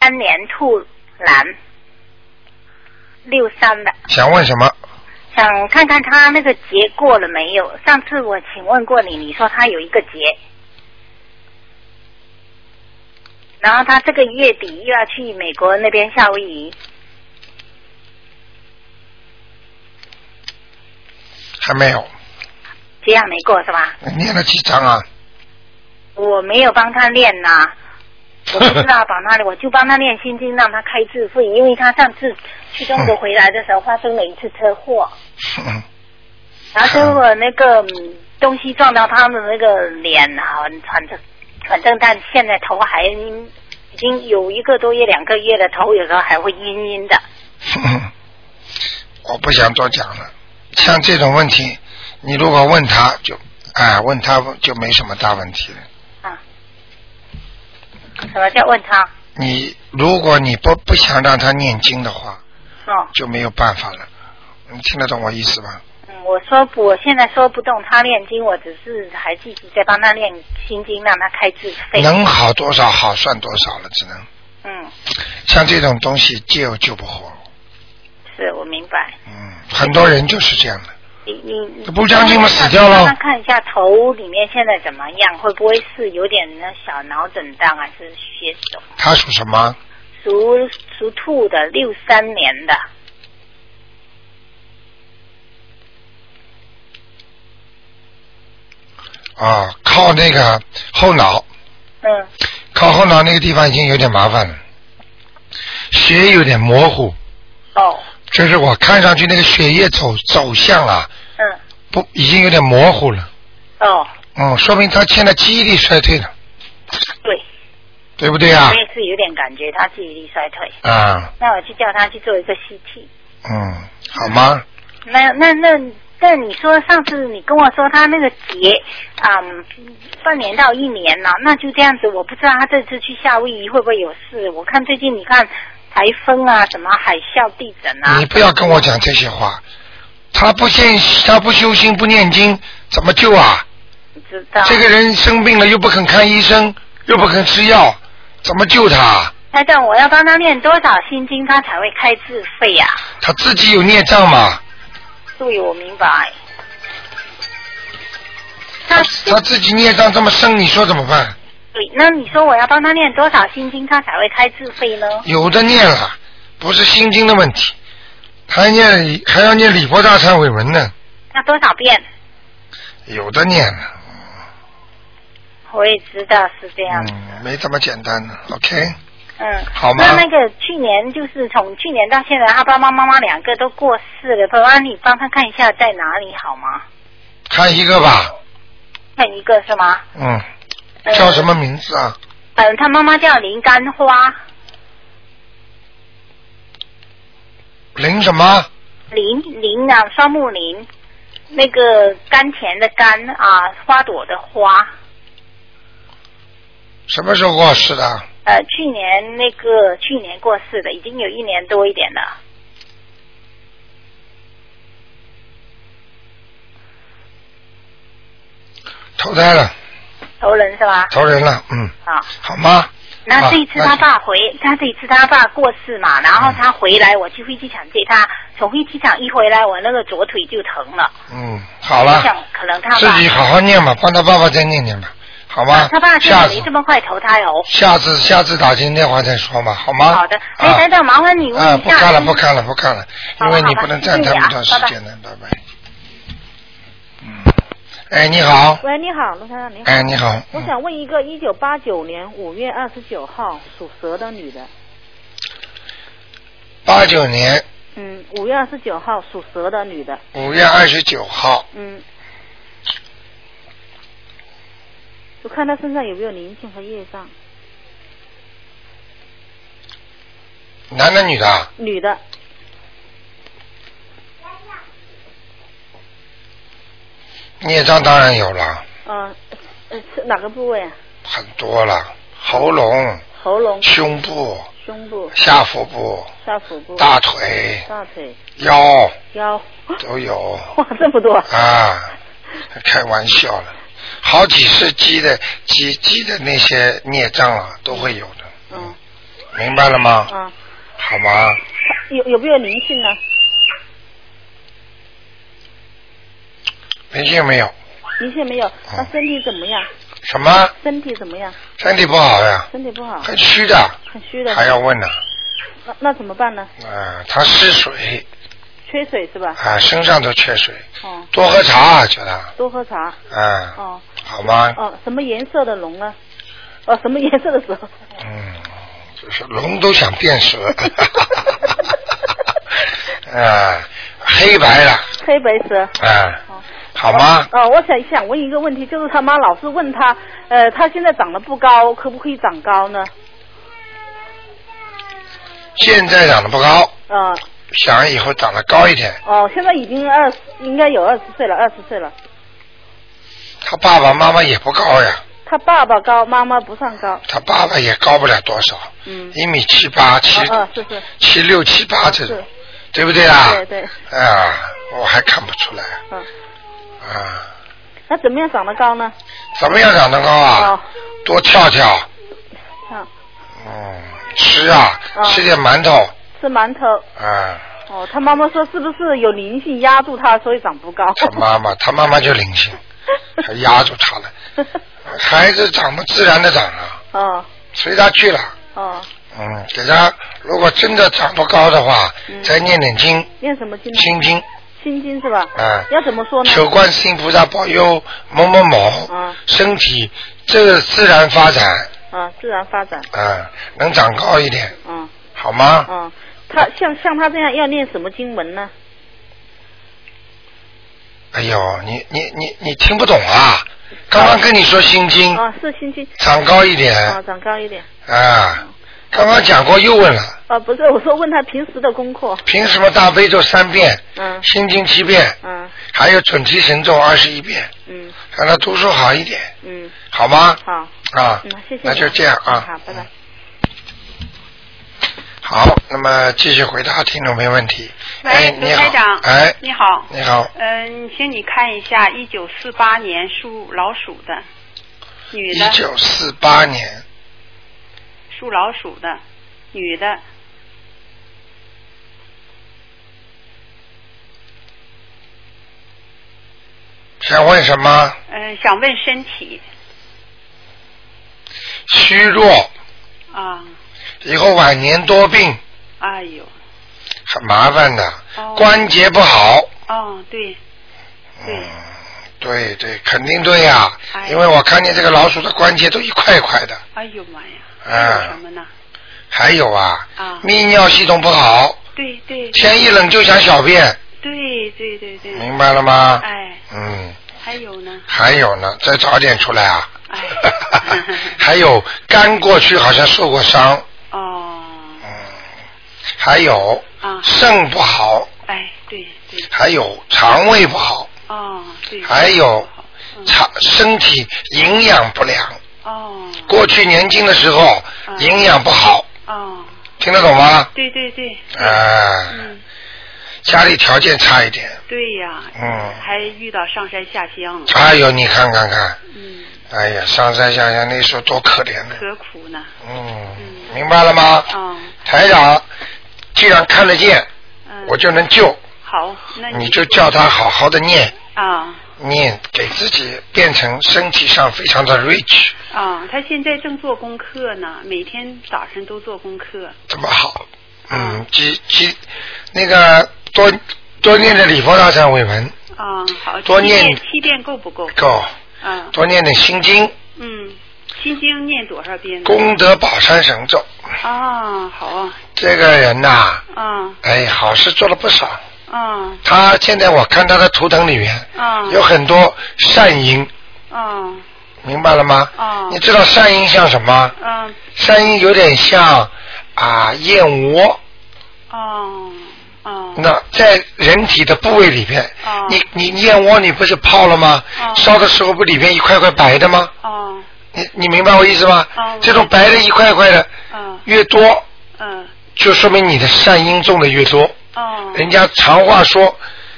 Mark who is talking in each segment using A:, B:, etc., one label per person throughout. A: 三年兔男，六三的，
B: 想问什么？
A: 想看看他那个结过了没有？上次我请问过你，你说他有一个结，然后他这个月底又要去美国那边夏威夷，
B: 还没有，
A: 结还没过是吧？
B: 念了几张啊？
A: 我没有帮他练呐、我不知道帮他，我就帮他练心经，让他开智慧，因为他上次去中国回来的时候发生了一次车祸，
B: 嗯
A: 然后结果那个嗯东西撞到他的那个脸啊，反正反正但现在头还已经有一个多月、两个月的头，有时候还会晕晕的。
B: 哼 我不想多讲了。像这种问题，你如果问他就，哎，问他就没什么大问题了。
A: 什么叫问他？
B: 你如果你不不想让他念经的话，
A: 哦，
B: 就没有办法了。你听得懂我意思吧？
A: 嗯，我说不我现在说不动他念经，我只是还继续在帮他念心经，让他开智慧。
B: 能好多少好算多少了，只能
A: 嗯，
B: 像这种东西救又救不活。
A: 是我明白。
B: 嗯，很多人就是这样的。
A: 你你
B: 这不将近吗死掉了
A: 那看一下头里面现在怎么样，会不会是有点那小脑震荡，还是血手？
B: 他属什么？
A: 属属兔的，六三年的，
B: 啊，靠那个后脑，
A: 嗯，
B: 靠后脑那个地方已经有点麻烦了，血有点模糊，
A: 哦，
B: 就是我看上去那个血液走走向啊，
A: 嗯，
B: 不已经有点模糊了。
A: 哦，
B: 嗯，说明他现在记忆力衰退了，
A: 对，
B: 对不对啊
A: 我？也是有点感觉他记忆力衰退，
B: 啊，
A: 那我去叫他去做一个 CT。
B: 嗯，好吗？
A: 那那那那你说上次你跟我说他那个结，嗯，半年到一年了、那就这样子，我不知道他这次去夏威夷会不会有事。我看最近你看台风啊，什么海啸、地震啊
B: 你，不要跟我讲这些话。他不信，他不修心，不念经，怎么救啊？
A: 你知道？
B: 这个人生病了又不肯看医生，又不肯吃药，怎么救他？
A: 台长，我要帮他念多少心经，他才会开智慧呀、啊？
B: 他自己有孽障嘛？
A: 对，我明白。他
B: 他自己孽障这么深，你说怎么办？
A: 对，那你说我要帮他念多少心经，他才会开智慧呢？
B: 有的念了，不是心经的问题，还念还要念礼佛大忏悔文呢。
A: 那多少遍？
B: 有的念了，
A: 我也知道是这样。
B: 嗯，没这么简单的。OK，
A: 嗯，
B: 好吗
A: 那那个去年就是从去年到现在，他爸爸妈妈两个都过世了，爸爸你帮他看一下在哪里好吗？
B: 看一个吧，
A: 看一个是吗？
B: 嗯，
A: 呃
B: 叫什么名字啊？
A: 嗯，他妈妈叫林甘花，
B: 林什么？
A: 林林啊，双木林，那个甘甜的甘啊，花朵的花。
B: 什么时候过世的？
A: 呃，去年那个去年过世的，已经有一年多一点了。
B: 投胎了，
A: 头人是吧？
B: 投人了，嗯，
A: 啊，
B: 好吗？
A: 那这一次
B: 啊
A: 他爸回，他这一次他爸过世嘛，然后他回来，我去飞机场接他，从飞机场一回来，我那个左腿就疼了。
B: 嗯，好
A: 我
B: 了，
A: 想可能他
B: 自
A: 爸，
B: 己好好念吧，帮他爸爸再念念吧，好吗？
A: 啊他爸现
B: 下
A: 在
B: 次
A: 没这么快投胎哦。
B: 下次下次打进电话再说嘛，好吗？
A: 好的，哎，
B: 啊
A: 台长，麻烦你
B: 啊，
A: 问一
B: 不
A: 下。
B: 看了，不看了，不看了，
A: 好
B: 因
A: 吧啊
B: 为你不能占他们多时间了，拜拜。嗯，哎，你好，
C: 喂，你好，卢先生，你好。
B: 哎，你好，
C: 我
B: 嗯
C: 想问一个，一九八九年五月二十九号属蛇的女的，
B: 八九年
C: 嗯，五月二十九号属蛇的女的，
B: 五月二十九号，
C: 嗯，我看她身上有没有灵性和业障，
B: 男的女的啊？
C: 女的，
B: 孽障当然有了，
C: 呃，呃，是哪个部位啊？
B: 很多了，喉咙、
C: 喉咙、
B: 胸部、
C: 胸部、
B: 下腹部、
C: 下腹部、
B: 大腿、
C: 大腿、
B: 腰
C: 腰，
B: 都有
C: 哇，这么多啊，
B: 啊，开玩笑了，好几十鸡的鸡鸡的那些孽障啊，都会有的。
C: 嗯，
B: 明白了吗？
C: 嗯，
B: 好吗？
C: 有有没有灵性呢？
B: 灵性没有？
C: 灵性没
B: 哎
C: 有，那身体怎么样？
B: 什么？
C: 身体怎么样？
B: 身体不好呀，
C: 身体不好，
B: 很虚的，
C: 很虚的。
B: 还要问呢、
C: 那那怎么办呢？
B: 啊？他失水
C: 缺水是吧？
B: 啊，身上都缺水，
C: 哦，
B: 多喝茶啊叫他，
C: 多喝茶。
B: 啊，
C: 哦
B: 好吗？
C: 哦，什么颜色的龙呢？哦，什么颜色的蛇？
B: 嗯，就是龙都想变蛇， 啊，黑白了，
C: 黑白蛇。
B: 啊，
C: 哦，
B: 好吗？
C: 哦，我想想问一个问题，就是他妈老是问他，呃，他现在长得不高，可不可以长高呢？
B: 现在长得不高，
C: 呃，
B: 想以后长得高一点。
C: 哦，现在已经二十，应该有二十岁了，二十岁了。
B: 他爸爸妈妈也不高呀，
C: 他爸爸高，妈妈不算高。
B: 他爸爸也高不了多少，
C: 嗯，
B: 一米七八、七
C: 哦哦，是是
B: 七六、七八这种
C: 是，，
B: 对不对啊？
C: 对对，
B: 啊，我还看不出来
C: 嗯，
B: 啊。
C: 那怎么样长得高呢？
B: 怎么样长得高啊？
C: 哦，
B: 多跳跳，
C: 啊，
B: 嗯，吃啊，
C: 哦
B: 吃点馒头
C: 吃馒头。
B: 啊。
C: 哦，他妈妈说是不是有灵性压住他，所以长不高？
B: 他妈妈，他妈妈就灵性，还压住他了。孩子长不自然的长了，
C: 哦
B: 随他去了。
C: 哦，
B: 嗯，给他如果真的长不高的话，
C: 嗯
B: 再念点经，
C: 念什么经呢？
B: 心经
C: 心经是吧？
B: 啊，
C: 要怎么说呢？
B: 求观世音菩萨保佑某某某
C: 嗯
B: 身体这个自然发展
C: 啊，自然发展。
B: 啊，能长高一点，
C: 嗯
B: 好吗？
C: 嗯，他像像他这样要念什么经文呢？
B: 哎呦，你你你你听不懂啊！
C: 嗯
B: 刚刚跟你说心经，
C: 啊，是心经。
B: 长高一点
C: 啊，长高一点。
B: 啊！刚刚讲过又问了，
C: 啊，不是，我说问他平时的功课。
B: 凭什么大悲咒三遍，
C: 嗯
B: 心经七遍，
C: 嗯
B: 还有准提神咒二十一遍，
C: 嗯
B: 让他读书好一点，
C: 嗯，
B: 好吗？
C: 好，
B: 啊，
C: 嗯，谢谢你。
B: 那就这样啊。
C: 好，拜拜。
B: 好，那么继续回答听众没问题。
D: 喂
B: 哎，你
D: 卢
B: 好
D: 台长，
B: 哎，
D: 你好，
B: 你好，
D: 嗯，请你看一下一九四八年属老鼠的女
B: 一
D: 的，
B: 九四八年，
D: 属老鼠的女的，
B: 想问什么？
D: 嗯，想问身体
B: 虚弱，
D: 啊，
B: 以后晚年多病，
D: 哎呦，
B: 很麻烦的，
D: 哦
B: 关节不好。
D: 哦，对，对
B: 嗯，对对，肯定对呀、
D: 哎
B: 因为我看见这个老鼠的关节都一块一块的。
D: 哎呦妈呀，还有什
B: 啊，
D: 么呢？
B: 还有啊，
D: 啊
B: 泌尿系统不好，
D: 对对
B: 天一冷就想小便，
D: 对对对对，
B: 明白了吗？
D: 哎，
B: 嗯，
D: 还有呢，
B: 还有呢，再早点出来啊。
D: 哎
B: 还有肝过去好像受过伤，
D: 哦，
B: 嗯，还有
D: 啊，
B: 肾不好，
D: 哎，对对，
B: 还有肠胃不好，
D: 哦，对，
B: 还有
D: 嗯
B: 肠身体营养不良。
D: 哦
B: 过去年轻的时候
D: 嗯
B: 营养不好，
D: 哦，
B: 听得懂吗？
D: 对对对，
B: 啊、
D: 嗯。
B: 家里条件差一点，
D: 对呀，
B: 嗯
D: 还遇到上山下乡，
B: 哎呦，你看看看，
D: 嗯，
B: 哎呀，上山下乡那时候多可怜的，
D: 可苦呢，
B: 嗯，
D: 嗯
B: 明白了吗？
D: 嗯
B: 台长，既然看得见，
D: 嗯，
B: 我就能救，
D: 好，那
B: 你就叫他好好的念，
D: 啊
B: 念给自己变成身体上非常的 rich，
D: 啊，他现在正做功课呢，每天早上都做功课，
B: 这么好，嗯
D: 嗯，
B: 几几那个多多念点礼佛大忏悔文
D: 啊，好，
B: 多念
D: 七遍七遍够不够？
B: 够，
D: 啊，
B: 多念点心经，
D: 嗯，心经念多少遍呢？
B: 功德宝山神咒。
D: 啊，好啊，
B: 这个人呐、
D: 啊
B: 哎，好事做了不少。
D: 啊
B: 他现在我看他的图腾里面
D: 啊
B: 有很多善因，
D: 啊
B: 明白了吗？
D: 啊
B: 你知道善因像什么？
D: 啊
B: 善因有点像啊燕窝，
D: 啊啊，
B: 那在人体的部位里边
D: 哦，
B: 你你燕窝你不是泡了吗？
D: 哦
B: 烧的时候不里边一块块白的吗？
D: 啊
B: 你你明白我意思吗
D: 哦？
B: 这种白的一块块的
D: 啊
B: 越多，
D: 嗯
B: 就说明你的善因种的越多。
D: 啊
B: 人家常话说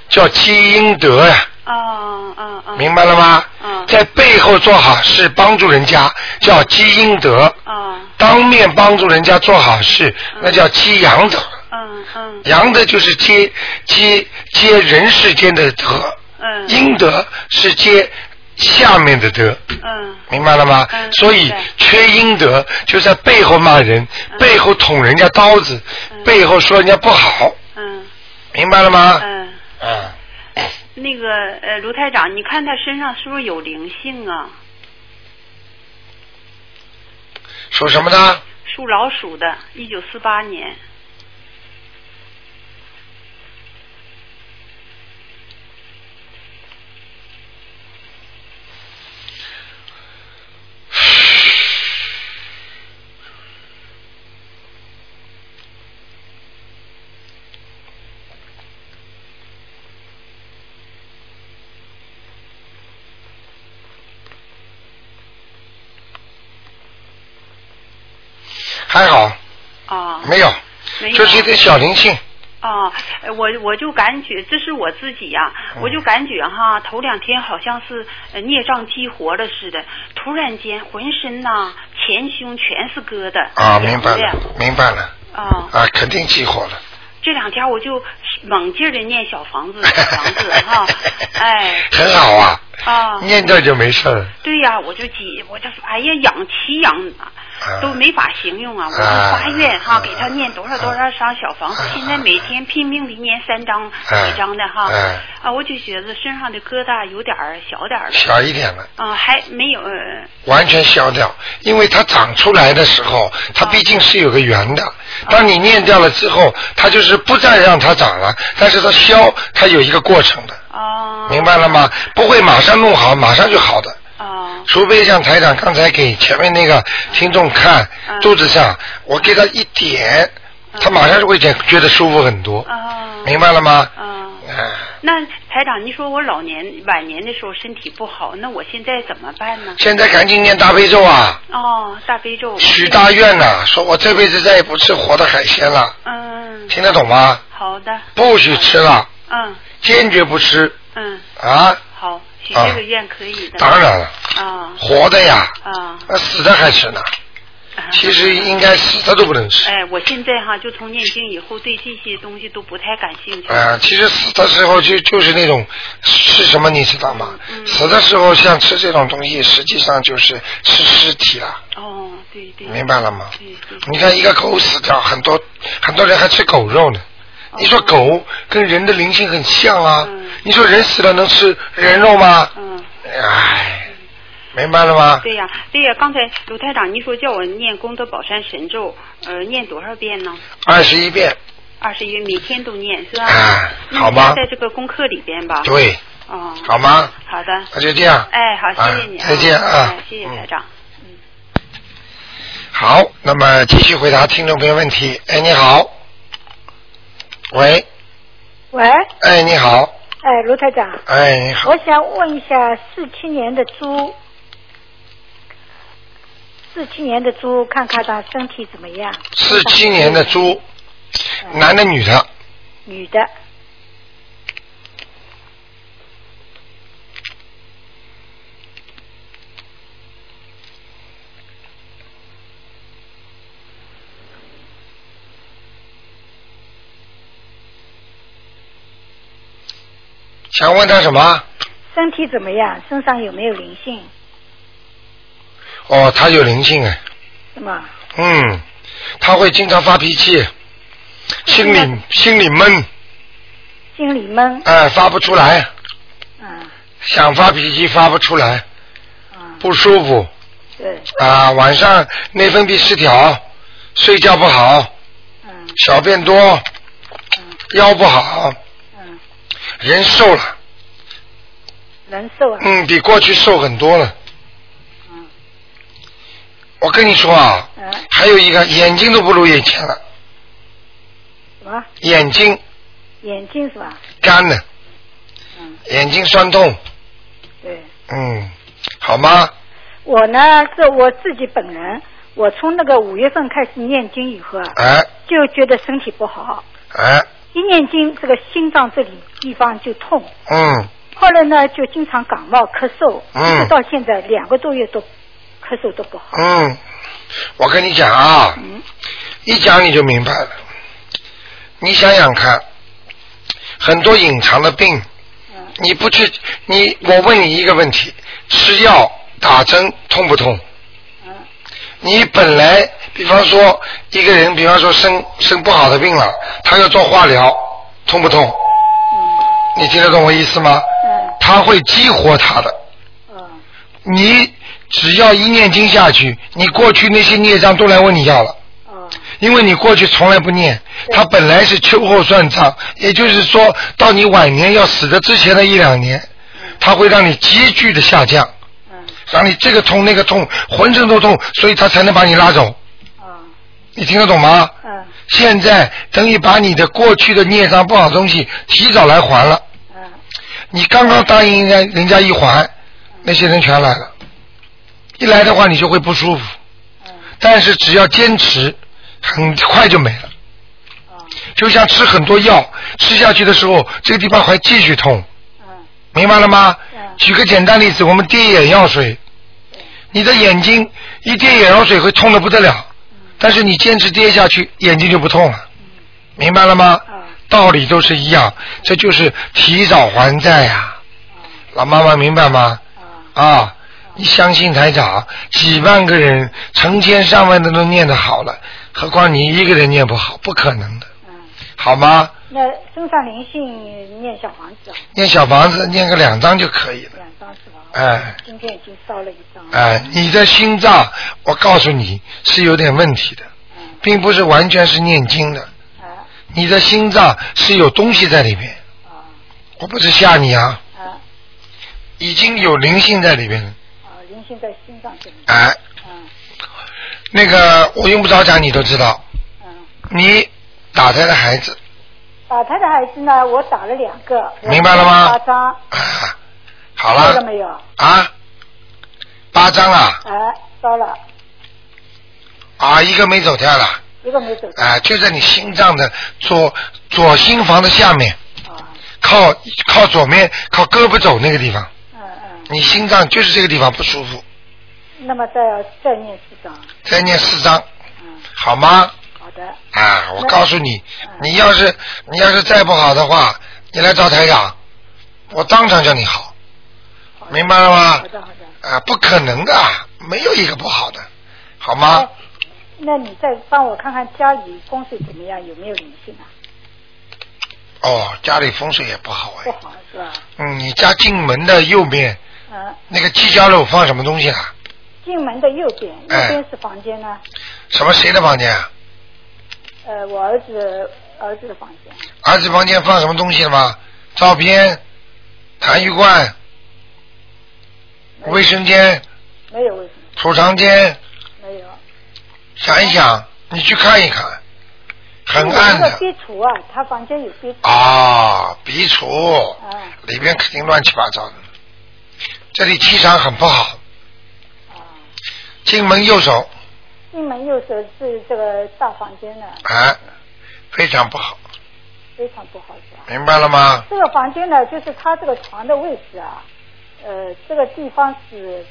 B: 叫积阴德呀、
D: 啊嗯嗯嗯。
B: 明白了吗？
D: 嗯
B: 在背后做好事，帮助人家叫积阴德；
D: 嗯
B: 当面帮助人家做好事，那叫积阳德。
D: 嗯嗯
B: 阳德就是接接接人世间的德，
D: 嗯
B: 阴德是接下面的德。
D: 嗯
B: 明白了吗？
D: 嗯
B: 所以
D: 对
B: 缺阴德就在背后骂人，背后捅人家刀子，
D: 嗯
B: 背后说人家不好，
D: 嗯
B: 明白了吗？
D: 嗯，
B: 嗯，
D: 那个呃，卢台长，你看他身上是不是有灵性啊？
B: 属什么的？
D: 属老鼠的，一九四八年。
B: 还好，
D: 啊，
B: 没有，
D: 没
B: 就是一点小灵性。
D: 啊，呃我我就感觉这是我自己呀、
B: 嗯
D: 我就感觉哈，头两天好像是呃孽障激活了似的，突然间浑身呐、前胸全是疙瘩
B: 啊，明白
D: 痒的
B: 了，明白了，
D: 啊，
B: 啊，肯定激活了。
D: 这两天我就猛劲儿的念小 房子，小嗯房子哈，哎
B: 很好啊，
D: 啊，
B: 念掉就没事了。
D: 对呀、我就急，我这哎呀痒奇痒
B: 啊
D: 都没法形容啊！我就
B: 啊
D: 发愿哈、
B: 啊
D: 给他念多少多少张小房子，
B: 啊
D: 现在每天拼命的念三张
B: 啊
D: 几张的哈
B: 啊
D: 啊，我就觉得身上的疙瘩有点儿小点儿了，
B: 小一点了，
D: 啊，还没有呃
B: 完全消掉，因为它长出来的时候，它毕竟是有个圆的。当你念掉了之后，它就是不再让它长了，但是它消，它有一个过程的，
D: 啊，
B: 明白了吗？不会马上弄好，马上就好的。
D: 啊
B: 除非像台长刚才给前面那个听众看
D: 嗯
B: 肚子上，我给他一点，他马上就会觉觉得舒服很多，
D: 啊
B: 明白了吗？
D: 啊！
B: 啊，
D: 那台长，你说我老年晚年的时候身体不好，那我现在怎么办呢？
B: 现在赶紧念大悲咒啊，
D: 哦，大悲咒，
B: 许大愿呐、说我这辈子再也不吃活的海鲜了，
D: 嗯，
B: 听得懂吗？
D: 好的，
B: 不许吃了，
D: 嗯
B: 坚决不吃
D: 嗯，
B: 啊！
D: 好，许
B: 啊
D: 这个愿可以的，
B: 当然了，
D: 啊
B: 活的呀，
D: 啊。
B: 那死的还吃呢，其实应该死的都不能吃。
D: 哎，我现在哈，就从念经以后，对这些东西都不太感兴趣。
B: 啊，其实死的时候就就是那种吃什么，你知道吗？
D: 嗯
B: 死的时候像吃这种东西，实际上就是吃尸体了，
D: 哦，对对。
B: 明白了吗？
D: 对对。
B: 你看一个狗死掉，很多很多人还吃狗肉呢。你说狗跟人的灵性很像啊
D: 嗯，
B: 你说人死了能吃人肉吗？
D: 嗯，
B: 唉，明白了吗？
D: 对呀、对呀、刚才卢台长您说叫我念功德宝山神咒，呃，念多少遍呢？
B: 二十一遍，
D: 二十一，每天都念是吧？
B: 哎
D: 那
B: 好
D: 你
B: 吧
D: 加在这个功课里边吧。。
B: 对，
D: 哦。
B: 好吗？
D: 好的。
B: 那就这样。
D: 哎，好，谢谢你
B: 啊再见啊嗯
D: 哎谢谢台长。
B: 好，那么继续回答听众朋友问题。哎，你好，喂，
E: 喂，
B: 哎，你好，
E: 哎，卢台长，
B: 哎，你好，
E: 我想问一下，四七年的猪，四七年的猪，看看它身体怎么样？
B: 四七年的猪，
E: 嗯
B: 男的女的，
E: 女的，
B: 想问他什么？
E: 身体怎么样？身上有没有灵性？
B: 哦，他有灵性哎，
E: 是吗？
B: 嗯，他会经常发脾气，心里心里闷，
E: 心里闷，
B: 哎，发不出来，
E: 嗯
B: 想发脾气发不出来，
E: 嗯，
B: 不舒服
E: 对，
B: 啊，晚上内分泌失调，睡觉不好，
E: 嗯
B: 小便多，腰不好，
E: 嗯，
B: 人瘦了。
E: 人瘦啊，
B: 嗯，比过去瘦很多了。
E: 嗯
B: 我跟你说啊，
E: 嗯，
B: 还有一个眼睛都不如以前了，
E: 什么？
B: 眼睛
E: 眼睛是吧？
B: 干了，
E: 嗯，
B: 眼睛酸痛，
E: 对。
B: 嗯，好吗？
E: 我呢是我自己本人，我从那个五月份开始念经以后啊，
B: 哎
E: 就觉得身体不好，
B: 哎，
E: 一念经，这个心脏这里地方就痛
B: 嗯，
E: 啊、后来呢就经常感冒咳嗽，
B: 嗯
E: 一直到现在两个多月都咳嗽都不好。
B: 嗯，我跟你讲啊，一讲你就明白了。你想想看，很多隐藏的病，你不去，你我问你一个问题：吃药打针痛不痛？你本来，比方说一个人，比方说生生不好的病了，他要做化疗，痛不痛？你听得懂我意思吗？他会激活他的。你只要一念经下去，你过去那些孽障都来问你要了。因为你过去从来不念，他本来是秋后算账，也就是说，到你晚年要死的之前的一两年，他会让你急剧的下降，让你这个痛那个痛，浑身都痛，所以他才能把你拉走。你听得懂吗？
E: 嗯
B: 现在等于把你的过去的孽障不好的东西提早来还了。你刚刚答应人家人家一还，那些人全来了。一来的话，你就会不舒服。但是只要坚持，很快就没了。就像吃很多药，吃下去的时候，这个地方还继续痛。明白了吗？举个简单例子，我们滴眼药水，你的眼睛一滴眼药水会痛得不得了。但是你坚持跌下去，眼睛就不痛了，明白了吗？
E: 嗯
B: 道理都是一样，这就是提早还债呀、老妈妈明白吗？啊，你相信台长，几万个人、成千上万的都念得好了，何况你一个人念不好，不可能的，好吗？
E: 那身上灵性念小房子，啊
B: 念小房子念个两张就可以了，
E: 两张是吧？
B: 哎。
E: 啊今天已经烧了一张。
B: 哎，你的心脏，我告诉你是有点问题的，
E: 嗯
B: 并不是完全是念经的。
E: 啊
B: 你的心脏是有东西在里面。我不是吓你啊。已经有灵性在里面了。
E: 啊，灵性在心脏这里。嗯
B: 哎。那个我用不着讲，你都知道。你打胎的孩子，
E: 打嗯啊胎的孩子呢，我打了两个。
B: 明白了吗
E: 八张。
B: 哎好
E: 烧了
B: 了
E: 没有？
B: 啊，八张了
E: 哎，烧了，
B: 啊，一个没走掉了。
E: 一个没走。
B: 啊，就在你心脏的左左心房的下面，
E: 啊
B: 靠靠左面靠胳膊肘那个地方。你心脏就是这个地方不舒服，
E: 嗯那么再再念四张。嗯
B: 再念四张，好吗？
E: 好的，嗯
B: 啊，我
E: 那
B: 告诉你，你要是你要是再不好的话，你来找台长，我当场叫你好，明白了吗
E: 好？的，好的。
B: 啊，不可能的，没有一个不好的，好吗？
E: 哎那你再帮我看看家里风水怎么样，有没有灵性啊？
B: 哦，家里风水也不好哎
E: 不。好是吧？
B: 嗯，你家进门的右边
E: 嗯，
B: 那个犄角楼放什么东西啊？
E: 进门的右边，右
B: 哎
E: 边是房间呢，
B: 什么谁的房间啊？
E: 呃，我儿子儿子的房间，
B: 儿子房间放什么东西了吗？照片、痰盂罐、卫生间、
E: 没有卫生，
B: 储藏间，
E: 没有。
B: 想一想，你去看一看，很暗
E: 那个
B: 的
E: 壁橱啊，他房间有壁橱。
B: 啊，壁橱
E: 啊，
B: 里边肯定乱七八糟的。这里气场很不好。进门右手，
E: 啊进门右手是这个大房间呢，
B: 哎，非常不好，
E: 非常不好是吧？
B: 明白了吗？
E: 这个房间呢，就是他这个床的位置啊，呃，这个地方是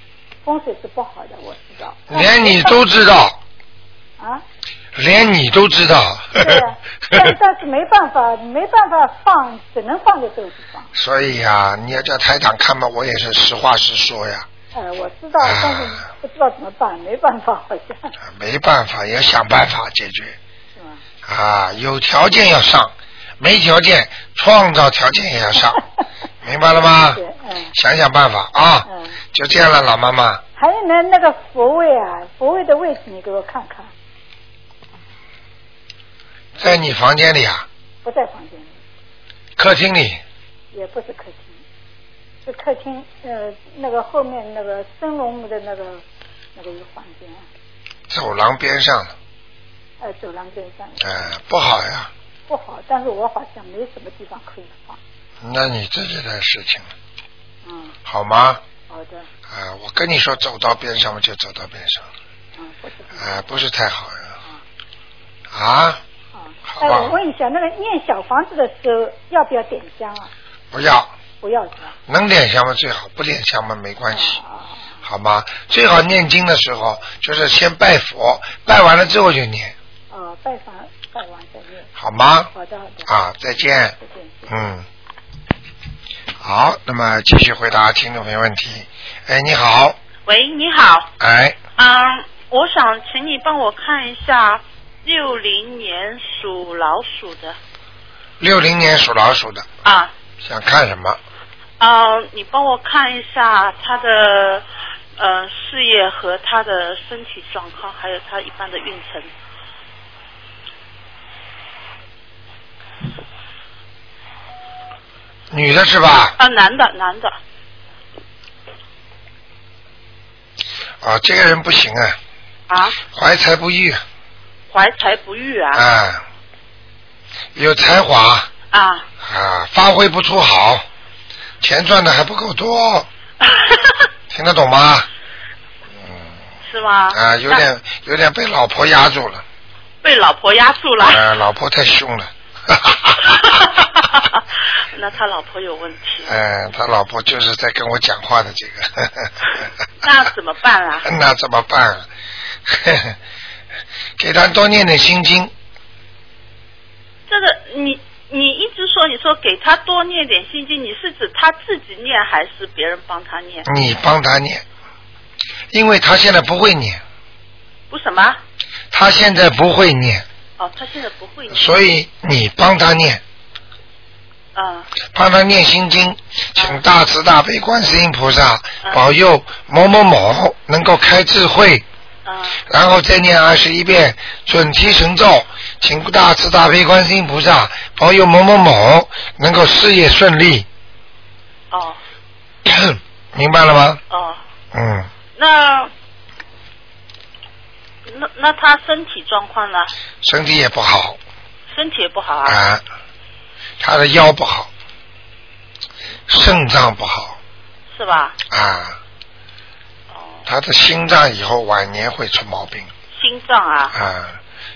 E: 风水是不好的，我知道。
B: 连你都知道，
E: 啊，
B: 连你都知道。
E: 对呀、但但是没办法，没办法放，只能放在这个地方。
B: 所以呀、你要叫台长看嘛，我也是实话实说呀，
E: 呃，我知道，但是不知道怎么办，没办法，好像
B: 没办法，也要想办法解决。
E: 是吗？
B: 啊，有条件要上，没条件创造条件也要上，明白了吗？
E: 对，嗯。
B: 想想办法啊！
E: 嗯，
B: 就这样了，老妈妈，
E: 还有呢，那个佛位啊，佛位的位置你给我看看，
B: 在你房间里啊，
E: 不在房间里，
B: 客厅里
E: 也不是客厅，是客厅呃那个后面那个升龙木的那个那个一个房间，啊
B: 走廊边上，
E: 呃走廊边上
B: 哎、不好呀，
E: 不好，但是我好像没什么地方可以放。
B: 那你自己的事情了
E: 嗯，
B: 好吗？
E: 好的，
B: 啊、我跟你说，走到边上嘛，就走到边上，
E: 嗯，不是很
B: 哎、不是太好呀。
E: 嗯
B: 啊，
E: 好。
B: 好
E: 哎，我
B: 吧，
E: 问一下，那个念小房子的时候要不要点香啊？
B: 不要，
E: 不要这样。
B: 能点香嘛最好，不点香嘛没关系，
E: 啊，
B: 好吗？最好念经的时候就是先拜佛，拜完了之后就念，
E: 啊，拜访拜完再念。
B: 好吗？
E: 好的，好的，
B: 啊，再见。
E: 再见。
B: 嗯，好，那么继续回答听众朋友问题。哎，你好，
D: 喂，你好，
B: 哎，
D: 嗯，我想请你帮我看一下六零年属老鼠的
B: 六零年属老鼠的，
D: 啊，
B: 想看什么？
D: 呃，你帮我看一下他的呃事业和他的身体状况，还有他一般的运程。
B: 女的是吧？
D: 啊，男的，男的，
B: 啊，这个人不行啊，
D: 啊，
B: 怀才不遇啊
D: 怀才不遇啊，
B: 啊，有才华
D: 啊，
B: 啊，发挥不出好，钱赚的还不够多，
D: 啊
B: 听得懂吗？
D: 是吗？
B: 啊，有
D: 那
B: 点有点被老婆压住了，
D: 被老婆压住了。
B: 啊，老婆太凶了。哈哈哈哈
D: 那他老婆有问题，
B: 嗯，他老婆就是在跟我讲话的这个。
D: 那怎么办啊？
B: 那怎么办、啊？ 给他多念点心经，
D: 这个你你一直说，你说给他多念点心经，你是指他自己念还是别人帮他念？
B: 你帮他念，因为他现在不会念，
D: 不什么？
B: 他现在不会念，
D: 哦，他现在不会念。
B: 所以你帮他念，
D: 嗯
B: 帮他念心经，请大慈大悲观世音菩萨
D: 嗯
B: 保佑某某某能够开智慧，
D: 嗯
B: 然后再念二十一遍准提神咒，请大慈大悲观世音菩萨保佑某某某能够事业顺利，
D: 哦
B: 明白了吗？
D: 哦，
B: 嗯。
D: 那那那他身体状况呢？
B: 身体也不好
D: 身体也不好啊。
B: 啊，他的腰不好，肾脏不好
D: 哦是吧？
B: 啊，
D: 哦，
B: 他的心脏以后晚年会出毛病
D: 心脏啊，
B: 啊。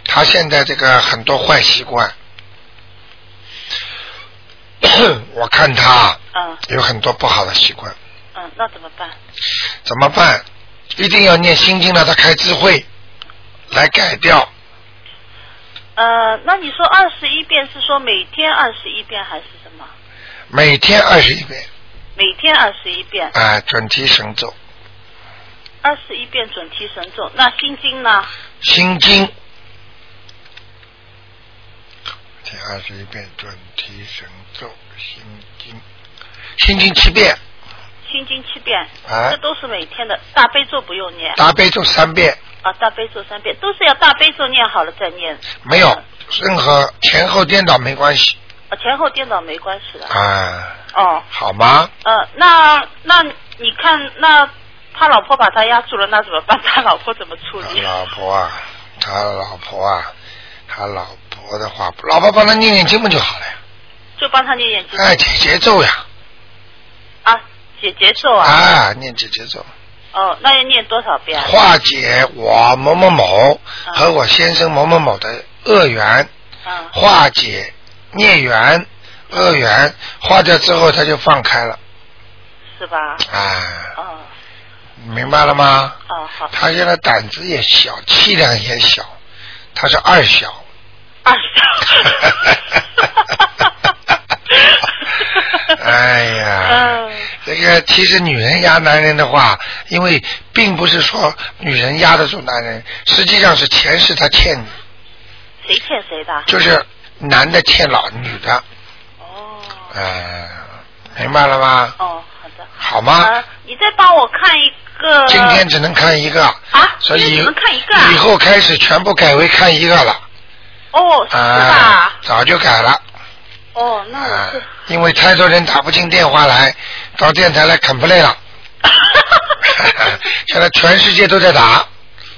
B: 他现在这个很多坏习惯， 我看他
D: 嗯
B: 有很多不好的习惯，
D: 嗯，那怎么办？
B: 怎么办？一定要念心经让他开智慧，来改掉。
D: 呃，那你说二十一遍是说每天二十一遍还是什么？
B: 每天二十一遍
D: 每天二十一遍，
B: 啊，准提神咒，
D: 二十一遍准提神咒。那心经呢？
B: 心经，第二十一遍准提神咒心经，心经七遍
D: 心经七遍，
B: 啊
D: 这，都是每天的。大悲咒不用念
B: 大悲咒三遍，
D: 啊，大悲咒三遍，都是要大悲咒念好了再念，
B: 没有任何前后颠倒没关系
D: 啊，前后颠倒没关系的。
B: 啊，
D: 哦，
B: 好吗？
D: 呃，那那你看，那他老婆把他压住了，那怎么办？他老婆怎么处
B: 他
D: 理？
B: 老婆啊，他老婆啊，他老婆的话，老婆帮他念念经不就好了呀？
D: 就帮他念念经
B: 哎，解节奏呀，
D: 啊，解节咒啊。
B: 啊，念解节奏，
D: 哦，那要念多少遍？啊
B: 化解我某某某和我先生某某某的恶缘。
D: 嗯，
B: 化解孽缘、恶缘，化掉之后他就放开了，
D: 是吧？
B: 啊，
D: 哦
B: 明白了吗？
D: 哦，好，
B: 他现在胆子也小，气量也小，他是二 小。
D: 二 十。
B: 哎呀
D: 嗯，
B: 这个其实女人压男人的话，因为并不是说女人压得住男人，实际上是前世他欠你，
D: 谁欠谁的？
B: 就是男的欠老女的，
D: 哦
B: 哎，明白了吗？
D: 哦，好的。
B: 好吗？
D: 啊，你再帮我看一个。
B: 今天只能看一个，
D: 啊，
B: 所
D: 今
B: 以
D: 天只能看一个啊。
B: 以后开始全部改为看一个了，
D: 哦，是
B: 啊
D: 吧？，
B: 早就改了，
D: 哦，那
B: 啊
D: 我是。，
B: 因为太多人打不进电话来，到电台来 complain 了，现在全世界都在打，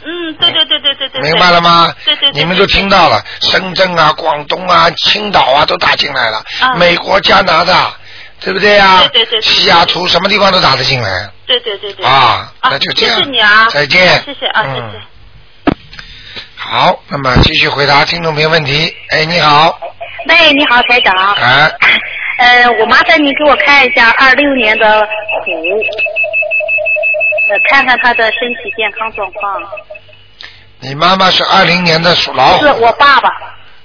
D: 嗯，对对对对对对。对
B: 明白了？吗？
D: 对对对
B: 你们都听到了，深圳啊、广东啊、青岛啊都打进来了，
D: 啊
B: 美国、加拿大，对不对啊？
D: 对对对对对
B: 西雅图什么地方都打得进来
D: 对对对对。
B: 啊，
D: 啊
B: 那就这样，
D: 谢谢你啊
B: 再见，
D: 谢谢啊，
B: 嗯
D: 谢谢。
B: 好，那么继续回答听众朋友问题。哎，你好，
A: 喂，你好，台长。
B: 哎，
C: 啊呃，我麻烦您给我看一下二六年的虎，呃，看看他的身体健康状况。
B: 你妈妈是二零年的属老
C: 是
B: 虎，
C: 我爸爸，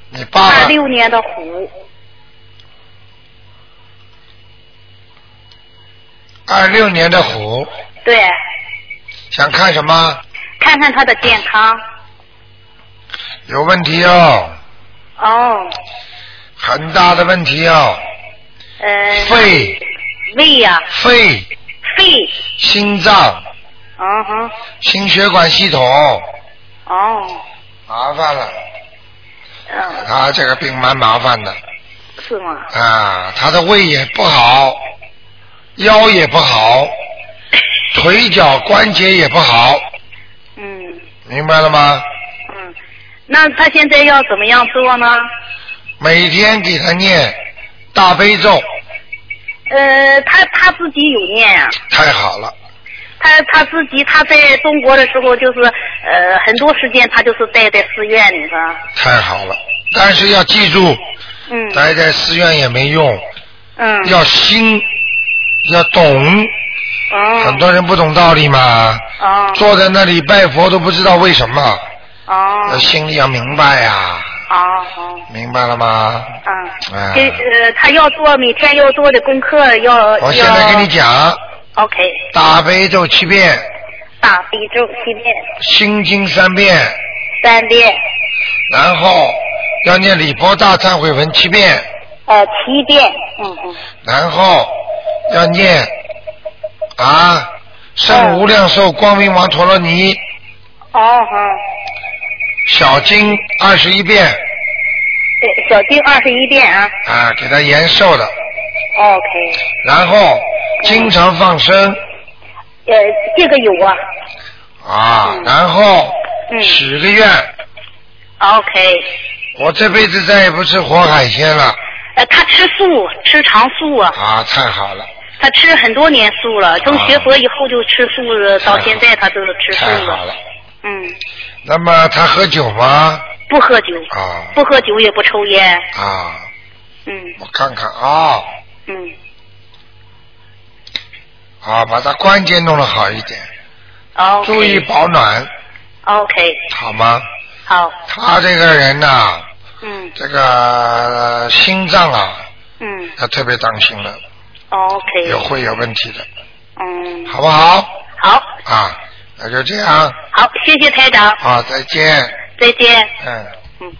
B: 你爸
C: 二
B: 爸
C: 六年的虎，
B: 二六年的虎，
C: 对，
B: 想看什么？
C: 看看他的健康。
B: 有问题哦，
C: 哦，
B: 很大的问题哦，
C: 呃，
B: 肺、
C: 胃呀、
B: 肺、
C: 肺，
B: 心脏、
C: 嗯哼，
B: 心血管系统，
C: 哦，
B: 麻烦了。
C: 嗯，
B: 他这个病蛮麻烦的
C: 是吗？
B: 啊，他的胃也不好，腰也不 好，腿脚关节也不好，
C: 嗯
B: 明白了吗？
C: 嗯，那他现在要怎么样做呢？
B: 每天给他念大悲咒，
C: 呃，他他自己有念啊，
B: 太好了，
C: 他他自己他在中国的时候就是呃很多时间他就是待在寺院里头，
B: 太好了。但是要记住，
C: 嗯
B: 待在寺院也没用，
C: 嗯，
B: 要心，要懂。
C: 哦
B: 很多人不懂道理嘛，
C: 哦
B: 坐在那里拜佛都不知道为什么，
C: 哦
B: 要心里要明白呀、
C: 哦哦
B: 明白了吗？
D: 啊
C: 嗯，
B: 哎
C: 给呃他要做每天要做的功课要
B: 我现在
C: 要
B: 跟你讲，
C: OK
B: 大悲咒七遍，
C: 大悲咒七遍
B: 心经三遍，
C: 三遍
B: 然后要念礼佛大忏悔文七遍，
C: 呃七遍嗯嗯
B: 然后要念啊圣无量寿光明王陀罗尼
C: 哦哦
B: 小经二十一遍
C: 对小经二十一遍啊
B: 啊，给他延寿的，
C: OK
B: 然后经常放生
C: 呃这个有啊
B: 啊，然后
C: 嗯
B: 许个愿，
C: OK
B: 我这辈子再也不吃活海鲜了
C: 呃他吃素吃长素啊。
B: 啊，太好了。
C: 他吃很多年素了，从学佛以后就吃素了，到现在他都是吃素
B: 太好
C: 了。
B: 了。
C: 嗯，
B: 那么他喝酒吗？
C: 不喝酒，
B: 啊
C: 不喝酒也不抽烟。
B: 啊，
C: 嗯
B: 我看看啊
C: 嗯，
B: 啊，把他关节弄得好一点，
C: 哦，
B: 注意保暖，
C: OK，
B: 好吗？
C: 好，
B: 他这个人呐、
C: 嗯
B: 这个、呃心脏啊，
C: 嗯
B: 要特别当心了，
C: ，OK，
B: 有会有问题的，
C: 嗯，
B: 好不好？
C: 好，
B: 啊，那就这样，
C: 好，谢谢台长，
B: 啊，再见。
C: 再见。
B: 嗯，
C: 嗯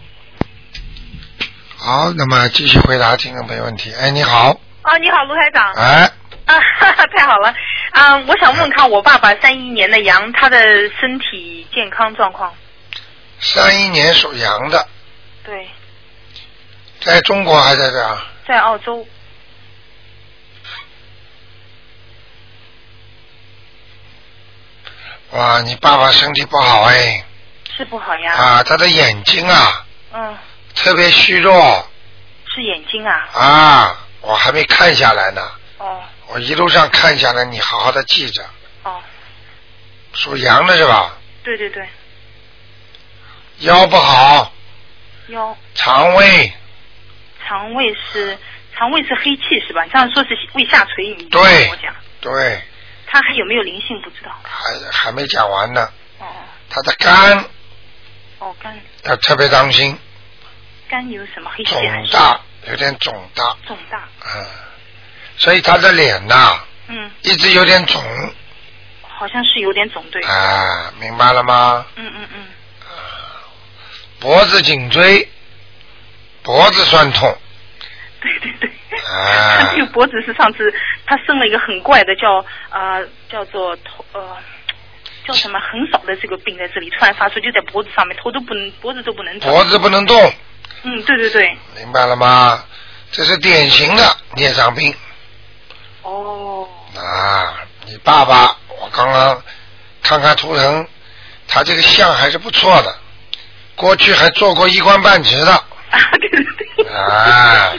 B: 好，那么继续回答听众朋友问题。哎，你好，
D: 啊，你好，卢 台长
B: 哎，
D: 啊，哈哈，太好了啊！我想问看我爸爸三一年的羊，他的身体健康状况。
B: 三一年属羊的，
D: 对，
B: 在中国还在这儿？啊
D: 在澳洲。
B: 哇，你爸爸身体不好哎，
D: 是不好呀，
B: 啊，他的眼睛啊
D: 嗯，
B: 特别虚弱
D: 是眼睛啊，
B: 啊，我还没看下来呢，
D: 哦
B: 我一路上看下来，你好好的记着，
D: 哦，
B: 属羊的是吧？
D: 对对对，
B: 腰不好，
D: 腰、
B: 肠胃
D: 肠胃是肠胃是黑气是吧？你上次说是胃下垂，你跟
B: 对
D: 我讲，
B: 对，
D: 他还有没有灵性不知道？
B: 还还没讲完呢，
D: 哦
B: 他的肝
D: 哦，肝
B: 要特别当心，
D: 肝有什么黑气还
B: 肿
D: 是
B: 大，有点肿大，
D: 肿大？
B: 嗯，所以他的脸呐、
D: 嗯，
B: 一直有点肿
D: 好像是有点肿对。
B: 啊，明白了吗？
D: 嗯嗯嗯，
B: 脖子、颈椎、脖子酸痛。
D: 对对对。
B: 啊
D: 他这个脖子是上次他生了一个很怪的叫呃叫做头呃叫什么很少的这个病在这里突然发出，就在脖子上面，头都不能脖子都不能动。
B: 脖子不能动，
D: 嗯，对对对。
B: 明白了吗？这是典型的孽障病
D: 哦，
B: 啊！你爸爸，我刚刚看看图腾，他这个相还是不错的，过去还做过一官半职的
D: 啊对对对。
B: 啊，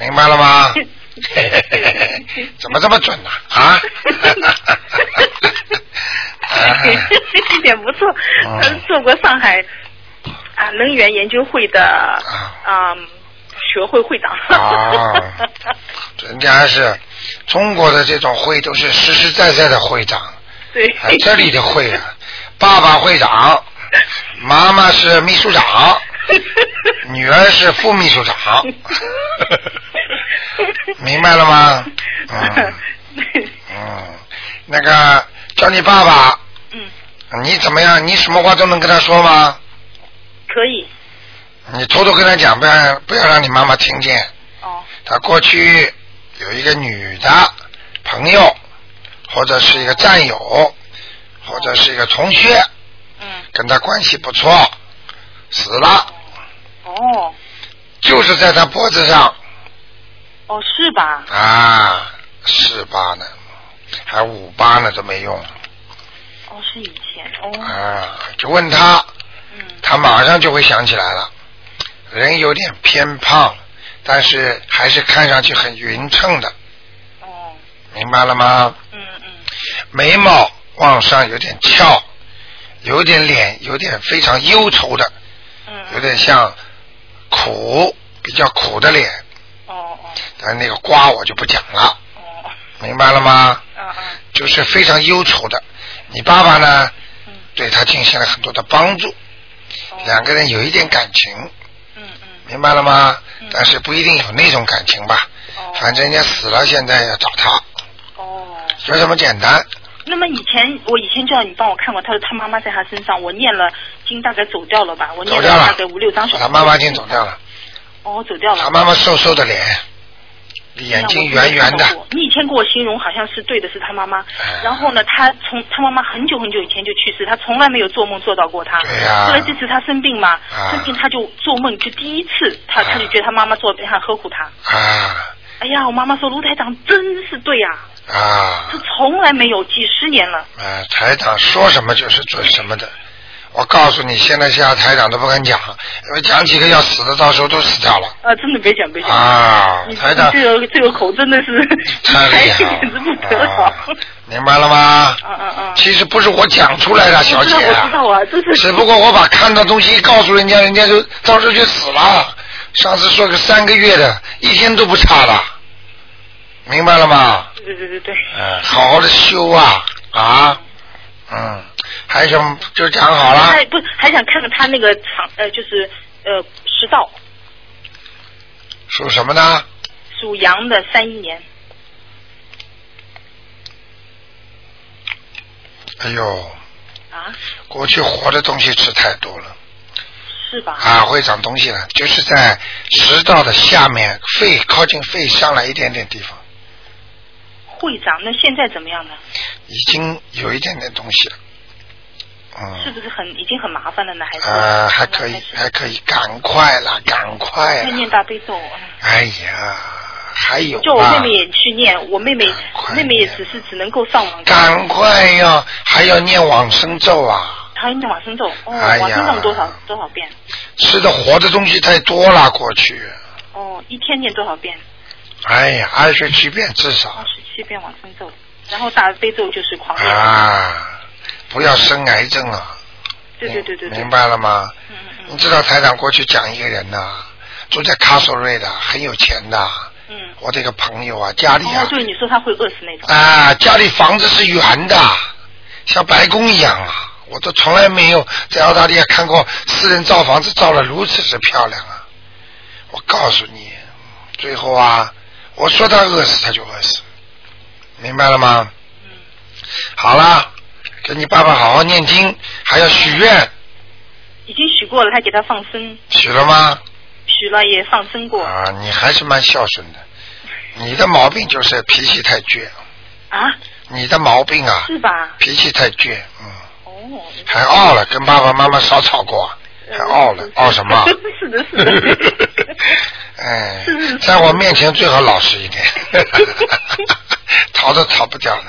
B: 明白了吗？嘿嘿嘿嘿嘿怎么这么准呢、啊？ 啊
D: 这点不错，
B: 嗯
D: 他做过上海啊能源研究会的
B: 啊
D: 啊、学
F: 嗯学会会长。
B: 啊，人家是中国的这种会都是实实在在的会长，
F: 对
B: 啊，这里的会啊，爸爸会长，妈妈是秘书 长，女儿是副秘书长，明白了吗？ 嗯嗯，那个叫你爸爸，
F: 嗯，
B: 你怎么样？你什么话都能跟他说吗？
F: 可以。
B: 你偷偷跟他讲，不要不要让你妈妈听见。
F: 哦。
B: 他过去有一个女的朋友，或者是一个战友，或者是一个同学，
F: 嗯，
B: 跟他关系不错，死了，
F: 哦，
B: 就是在他脖子上
F: 哦，是吧？
B: 啊，四八呢，还五八呢都没用
F: 哦，是以前哦，
B: 啊，就问他，
F: 嗯，
B: 他马上就会想起来了。人有点偏胖，但是还是看上去很匀称的，
F: 哦，
B: 明白了吗？
F: 嗯嗯，
B: 眉毛往上有点翘，有点脸有点非常忧愁的，
F: 嗯
B: 有
F: 嗯，
B: 点像苦，比较苦的脸。
F: 哦哦
B: 但那个瓜我就不讲了，
F: 哦，
B: 明白了吗？
F: 嗯嗯
B: 就是非常忧愁的。你爸爸呢
F: 嗯，
B: 对他进行了很多的帮助，
F: 哦
B: 两个人有一点感情，
F: 嗯嗯，
B: 明白了吗
F: 嗯？
B: 但是不一定有那种感情吧，
F: 哦
B: 反正人家死了，现在要找他，
F: 哦。
B: 就这么简单。
F: 那么以前我以前叫你帮我看过，他说他妈妈在他身上，我念了经大概走掉了吧，我念
B: 走掉
F: 大
B: 了
F: 概五六张，小。
B: 他妈妈已经走掉。了。
F: 哦，走掉了。
B: 他妈妈瘦瘦的脸，眼睛圆圆的，
F: 你以前给我形容好像是对的，是他妈妈
B: 哎。
F: 然后呢，他从他妈妈很久很久以前就去世，他从来没有做梦做到过他。
B: 对呀
F: 啊后来这次他生病嘛，
B: 啊
F: 生病他就做梦，就第一次他、
B: 啊
F: 他就觉得他妈妈坐在边上呵护他。
B: 啊
F: 哎呀，我妈妈说卢台长真是对呀、
B: 啊
F: 他从来没有，几十年了。
B: 啊！台长说什么就是准什么的。我告诉你，现在下台长都不敢讲，因为讲几个要死的，到时候都死掉了
F: 啊，真的别讲别讲。
B: 啊
F: 你！
B: 台
F: 你
B: 长
F: 这个这个口真的是，
B: 太厉 害
F: 简直不得
B: 了，
F: 了
B: 啊。明白了吗？
F: 嗯嗯嗯。
B: 其实不是我讲出来的，小姐
F: 我知道，我知道啊，这是
B: 只不过我把看到东西一告诉人家，人家就到时候就死了。上次说个三个月的，一天都不差的，明白了吗？
F: 对对对对，
B: 嗯，好好的修啊啊，嗯，还有什么就讲好了
D: 哎
F: 还不还想看看他那个肠呃，就是呃食道
B: 属什么呢？
F: 属羊的三一年，
B: 哎呦，
F: 啊，
B: 过去活的东西吃太多了
F: 是吧？
B: 啊，会长东西了，就是在食道的下面，肺靠近肺上来一点点地方，
F: 会长，那现在怎么样呢？
B: 已经有一点点东西了，嗯，
F: 是不是很已经很麻烦了呢？还是
B: 呃，还可以，还可以，赶快啦，赶快
F: 要
B: 啦！
F: 念大悲咒。嗯
B: 哎呀，还有
F: 叫我
B: 啊哎
F: 妹妹也去念，我妹妹
B: 快
F: 妹妹也
B: 念
F: 只是只能够上网，
B: 赶快要还要念往生咒啊！
F: 还要念往生咒。哦，
B: 哎呀
F: 往生咒多少多少遍？
B: 吃的活的东西太多了，过去，
F: 哦，一天念多少遍？
B: 哎呀，二十七遍至
F: 二
B: 少
F: 十七遍往生咒，然后大悲咒哦就是狂念。
B: 啊！不要生癌症啊！
F: 对对对对对
B: 明。白了吗？
F: 嗯
B: 你
F: 嗯
B: 知道台长过去讲一个人呐、住在卡索瑞的，很有钱的，
F: 嗯。
B: 我的一个朋友啊，家里
F: 哦
B: 啊，，
F: 对，你说他会饿死那种。
B: 啊，家里房子是圆的，像白宫一样啊！我都从来没有在澳大利亚看过私人造房子造了如此之漂亮啊！我告诉你，最后啊，我说他饿死他就饿死，明白了吗？
F: 嗯。
B: 好啦，给你爸爸好好念经，还要许愿，
F: 已经许过了，还给他放生，
B: 许了吗？
F: 许了也放生过
B: 啊，你还是蛮孝顺的，你的毛病就是脾气太倔，
F: 啊，
B: 你的毛病啊，
F: 是吧？
B: 脾气太倔，嗯。
F: 哦，
B: 还傲了，跟爸爸妈妈少吵过，啊还傲了，傲 什么？
F: 是的，是 的。
B: 哎，在我面前最好老实一点， 逃都逃不掉的，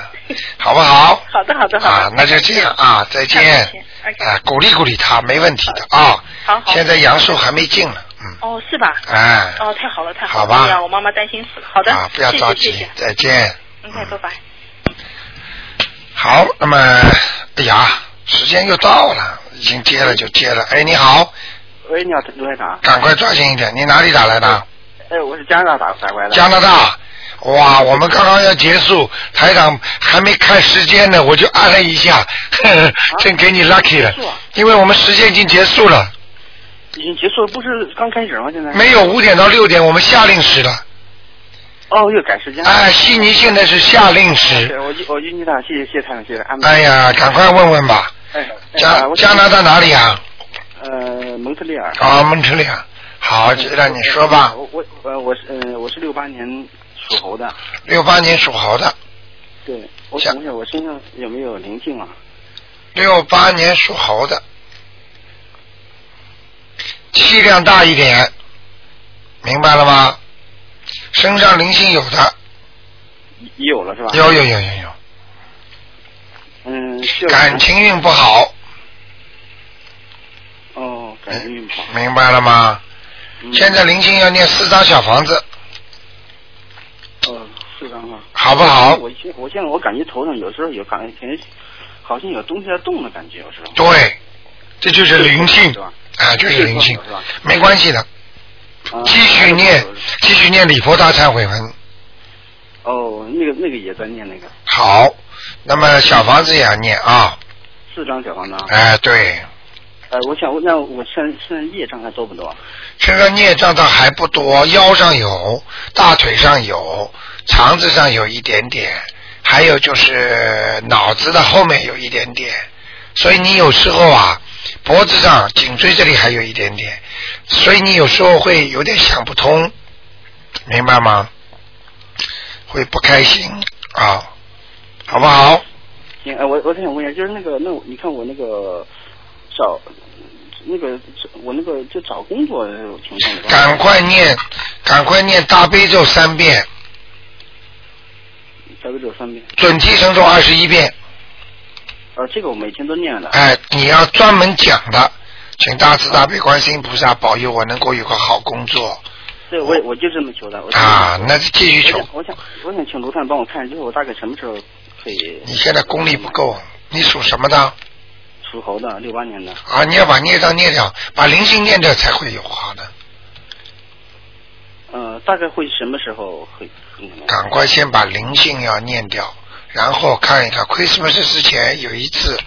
B: 好不好？
F: 好的，好的，好
B: 啊
F: 的。，
B: 那就这样啊，再见
F: 好再见。
B: 啊，鼓励鼓励他，没问题的啊。
F: 好好
B: 现在阳寿还没尽呢，嗯，
F: 哦，是吧？
B: 哎，
F: 哦，太好了，太
B: 好
F: 好了！
B: 吧
F: 哎呀，我妈妈担心死了。好的，
B: 啊，不要
F: 谢
B: 着
F: 谢，
B: 急
F: 谢谢，。
B: 再见。
F: 嗯，拜拜。
B: 好，那么，哎呀，时间又到了，已经接了就接了。哎，你好，
G: 喂，你好，卢台长。
B: 赶快抓紧一点，你哪里打来的？
G: 哎，我是加拿大打打过来的。
B: 加拿大，哇，我们刚刚要结束，台长还没看时间呢，我就按了一
G: 啊
B: 下，呵呵 真给你 lucky 了，因为我们时间已经结束了，
G: 已经结束了，不是刚开始吗？现在
B: 没有五点到六点，我们下令时了。
G: 哦，又赶时间了。
B: 哎，悉尼现在是夏令时，
G: 对，我就我就你俩，谢谢谢谢太阳，谢谢安排。
B: 哎呀，赶快问问吧，
G: 哎，哎
B: 加
G: 我
B: 加拿大哪里啊？
G: 呃，蒙特利尔。
B: 啊，蒙特利尔。好，就让你说吧。
G: 我我呃我是呃我是六八年属猴的，
B: 六八年属猴的，
G: 对，我想问一下我身上有没有灵性啊？
B: 六八年属猴的，气量大一点，明白了吗？身上灵性有
G: 啊
B: 的，
G: 已有了是吧？
B: 有有有有有，
G: 嗯，需要
B: 感情运不好，
G: 哦，感情运不好。嗯
B: 明白了吗？嗯现在灵性要念四张小房子，
G: 哦，四张啊。
B: 好不好
G: 我现我现在我感觉头上有时候有感觉，好像有东西在动的感觉，有时候。
B: 对，这就是灵性
G: 是吧？
B: 啊，就是灵性
G: 是吧，
B: 没关系的，
G: 啊
B: 继续念，继续念礼佛大忏悔文，
G: 哦，那个那个也在念那个
B: 好，那么小房子也要念啊，
G: 四张小房子啊。
B: 哎，对，
G: 呃，我想问，那我现在现在业障还多啊不多？
B: 身上孽障倒还不多，腰上有，大腿上有，肠子上有一点点，还有就是脑子的后面有一点点，所以你有时候啊，脖子上、颈椎这里还有一点点，所以你有时候会有点想不通，明白吗？会不开心啊，好不好？
G: 行，呃，我我想问一下，就是那个，那我你看我那个找那个我那个就找工作的情况的话
B: 赶快念，赶快念大悲咒三遍，
G: 大概只有三遍。
B: 准提神咒二十一遍。
G: 呃，这个我每天都念的。
B: 哎，你要专门讲的，请大慈大悲观世音菩萨保佑我能够有个好工作
G: 对，我也我就这么求的。我
B: 啊！那就继续求。
G: 我想，我想，我想请卢探帮我看，就是我大概什么时候可以？
B: 你现在功力不够，你属什么的
G: 属猴的，六八年的。
B: 啊？你要把孽障念掉，把灵性念掉才会有好的。
G: 呃，大概会什么时候会？嗯
B: 赶快先把灵性要念掉，然后看一看 Christmas 之前有一次，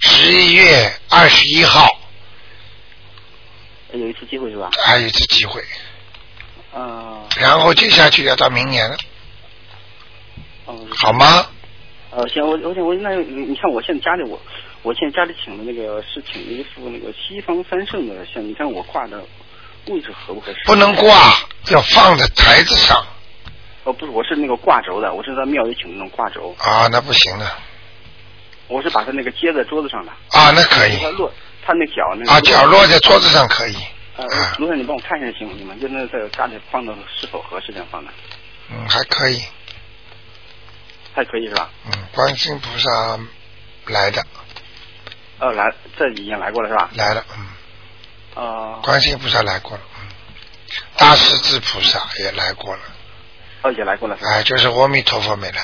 B: 十一月二十一号
G: 有一次机会是吧？
B: 还有一次机会，
G: 呃，
B: 然后接下去要到明年了，
G: 哦，
B: 好吗？
G: 呃，行，我我想我那你你看我现在家里我我现在家里请的那个是请了一副那个西方三圣的像，你看我挂的位置合不合适？
B: 不能挂，要放在台子上
G: 哦，不是，我是那个挂轴的，我是在庙里请的那种挂轴，
B: 啊，那不行的
G: 我是把它那个接在桌子上的，
B: 啊，那可以。
G: 它落它那脚那个
B: 啊，角落在桌啊子上可以。
G: 呃，卢总，你帮我看一下行不行吗？就那在家里放的是否合适这样放的，
B: 嗯，还可以。
G: 还可以是吧？
B: 嗯，观世音菩萨来的，
G: 呃，来，这已经来过了是吧？
B: 来了，嗯，
G: 呃，
B: 观世音菩萨来过了，嗯，大势至菩萨也来过了，
G: 哦，也来过了是吧？
B: 哎，就是阿弥陀佛没来，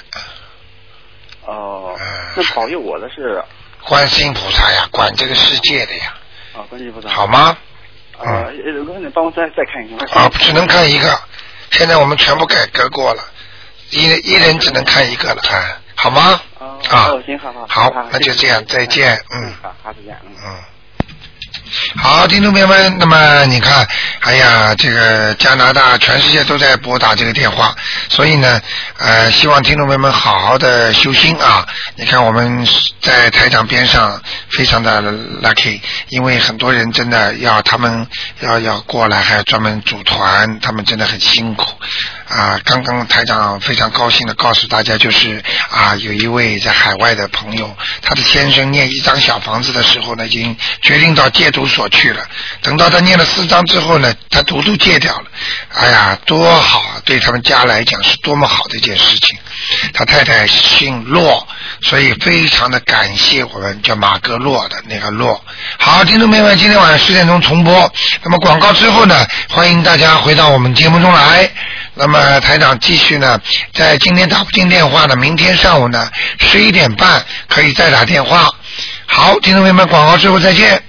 G: 哦、
B: 嗯
G: 那保佑我的是
B: 观世音菩萨呀，管这个世界的呀，
G: 啊，关系不大。
B: 好吗？
G: 呃，卢总，你帮我再再看一下。
B: 啊，只能看一个，现在我们全部改革过了，一人一人只能看一个了，哎，好吗？
G: 哦
B: 啊
G: 哦，行，好好
B: 好
G: 好，
B: 那就这样，再见，嗯。
G: 好好，再见，嗯。
B: 嗯，好，听众朋友们，那么你看，哎呀，这个加拿大全世界都在拨打这个电话，所以呢，呃，希望听众朋友们好好的修心啊。你看我们在台长边上非常的 lucky，因为很多人真的要他们要要过来，还要专门组团，他们真的很辛苦啊。刚刚台长非常高兴的告诉大家，就是啊，有一位在海外的朋友，他的先生念一张小房子的时候呢，已经决定到戒毒所去了。等到他念了四张之后呢，他毒都戒掉了。哎呀，多好啊！对他们家来讲是多么好的一件事情。他太太姓骆，所以非常的感谢我们叫马格洛的那个洛。好，听众朋友们，今天晚上十点钟重播。那么广告之后呢，欢迎大家回到我们节目中来。那么台长继续呢，在今天打不进电话呢，明天上午呢十一点半可以再打电话。好，听众朋友们，广告之后再见。